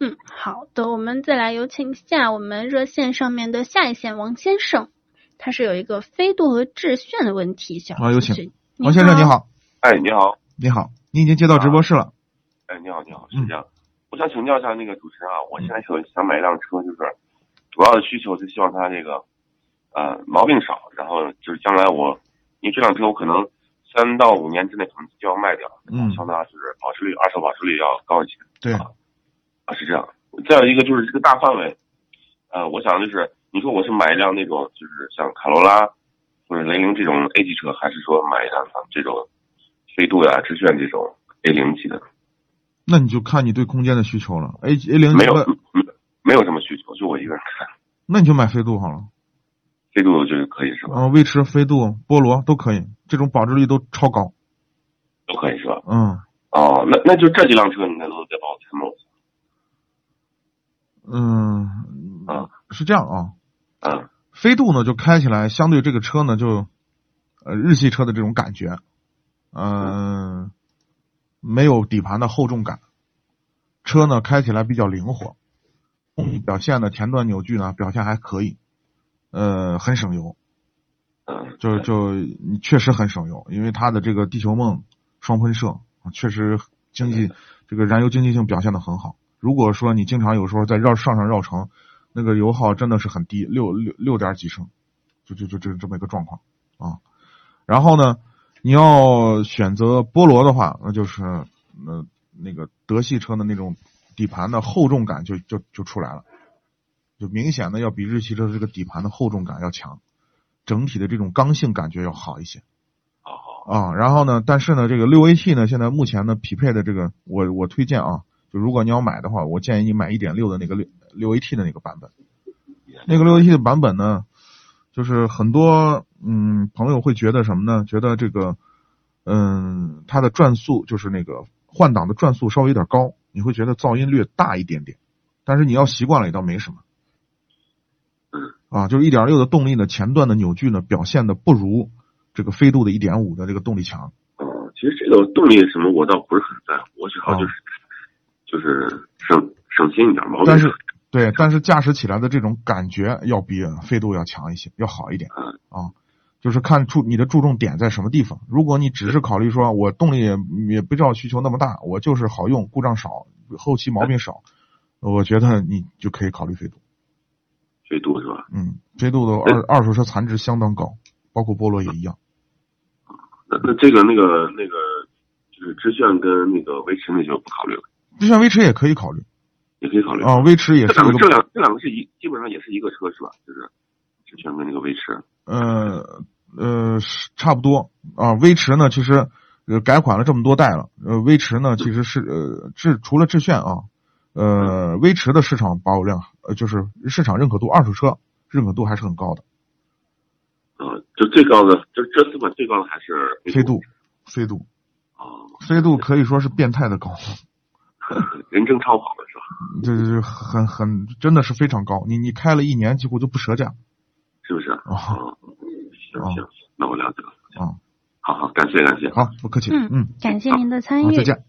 嗯，好的，我们再来有请下我们热线上面的下一线王先生，他是有一个飞度和致炫的问题想啊有请咨询王先生你，好，哎，你好，你好，你已经接到直播室了。哎，你好，你好，是嗯这样，我想请教一下那个主持人啊，我现在想想买一辆车，就是主要的需求是希望它这个呃毛病少，然后就是将来我因为这辆车我可能三到五年之内可能就要卖掉，嗯相当就是保值率二手保值率要高一些对，啊，是这样。再有一个就是这个大范围，呃，我想就是你说我是买一辆那种就是像卡罗拉或者雷凌这种 A 级车，还是说买一辆像这种飞度呀、致炫这种 A 零级的？那你就看你对空间的需求了。A A 零没有，没没有什么需求，就我一个人开，那你就买飞度好了。这个我觉得可以是吧？嗯，威驰、飞度、菠萝都可以，这种保值率都超高。都可以是吧？嗯哦，那那就这几辆车你能不能再帮我参谋一下？嗯啊，是这样啊。嗯飞度呢，就开起来相对这个车呢，就呃日系车的这种感觉，嗯，没有底盘的厚重感。车呢开起来比较灵活，动力表现呢前段扭矩呢表现还可以，呃，很省油。嗯，就就你确实很省油，因为它的这个地球梦双喷射啊确实经济这个燃油经济性表现的很好。如果说你经常有时候在绕上上绕城，那个油耗真的是很低，六六六点几升，就就就就这么一个状况啊。然后呢，你要选择菠萝的话，那就是呃那个德系车的那种底盘的厚重感就就就出来了，就明显的要比日系车的这个底盘的厚重感要强，整体的这种刚性感觉要好一些。好好，啊，然后呢，但是呢，这个六 AT 呢，现在目前呢匹配的这个，我我推荐啊，就如果你要买的话，我建议你买一点六的那个六六 AT 的那个版本。那个六 AT 的版本呢，就是很多嗯朋友会觉得什么呢？觉得这个嗯它的转速就是那个换挡的转速稍微有点高，你会觉得噪音略大一点点，但是你要习惯了也倒没什么。啊，就是一点六的动力呢，前段的扭矩呢表现的不如这个飞度的一点五的这个动力强。嗯，其实这个动力什么我倒不是很在乎，我主要哦就是、就是省省心一点毛病。但是对，但是驾驶起来的这种感觉要比飞度要强一些，要好一点嗯啊。就是看注你的注重点在什么地方。如果你只是考虑说我动力也也不知道需求那么大，我就是好用，故障少，后期毛病少，我觉得你就可以考虑飞度。最多是吧？嗯，飞度的二二手车残值相当高，包括菠萝也一样。那那这个那个那个就是致炫跟那个威驰那就不考虑了，之前威驰也可以考虑也可以考虑。啊，威驰也这是两一个这个两这两个是一基本上也是一个车是吧？就是致炫跟那个威驰。呃呃，是差不多啊。威驰呢，其实呃改款了这么多代了，呃，威驰呢其实是呃致除了致炫啊，呃，威驰的市场保有量呃就是市场认可度，二手车认可度还是很高的。嗯，就最高的，就这四款最高的还是飞度，飞度，啊， 飞度可以说是变态的高， 人称超跑了是吧？这这很很真的是非常高。你你开了一年，几乎就不折价是不是？啊啊。行哦行，那我了解了。啊，好好，感谢感谢。好，不客气，嗯嗯，感谢您的参好，与，再见。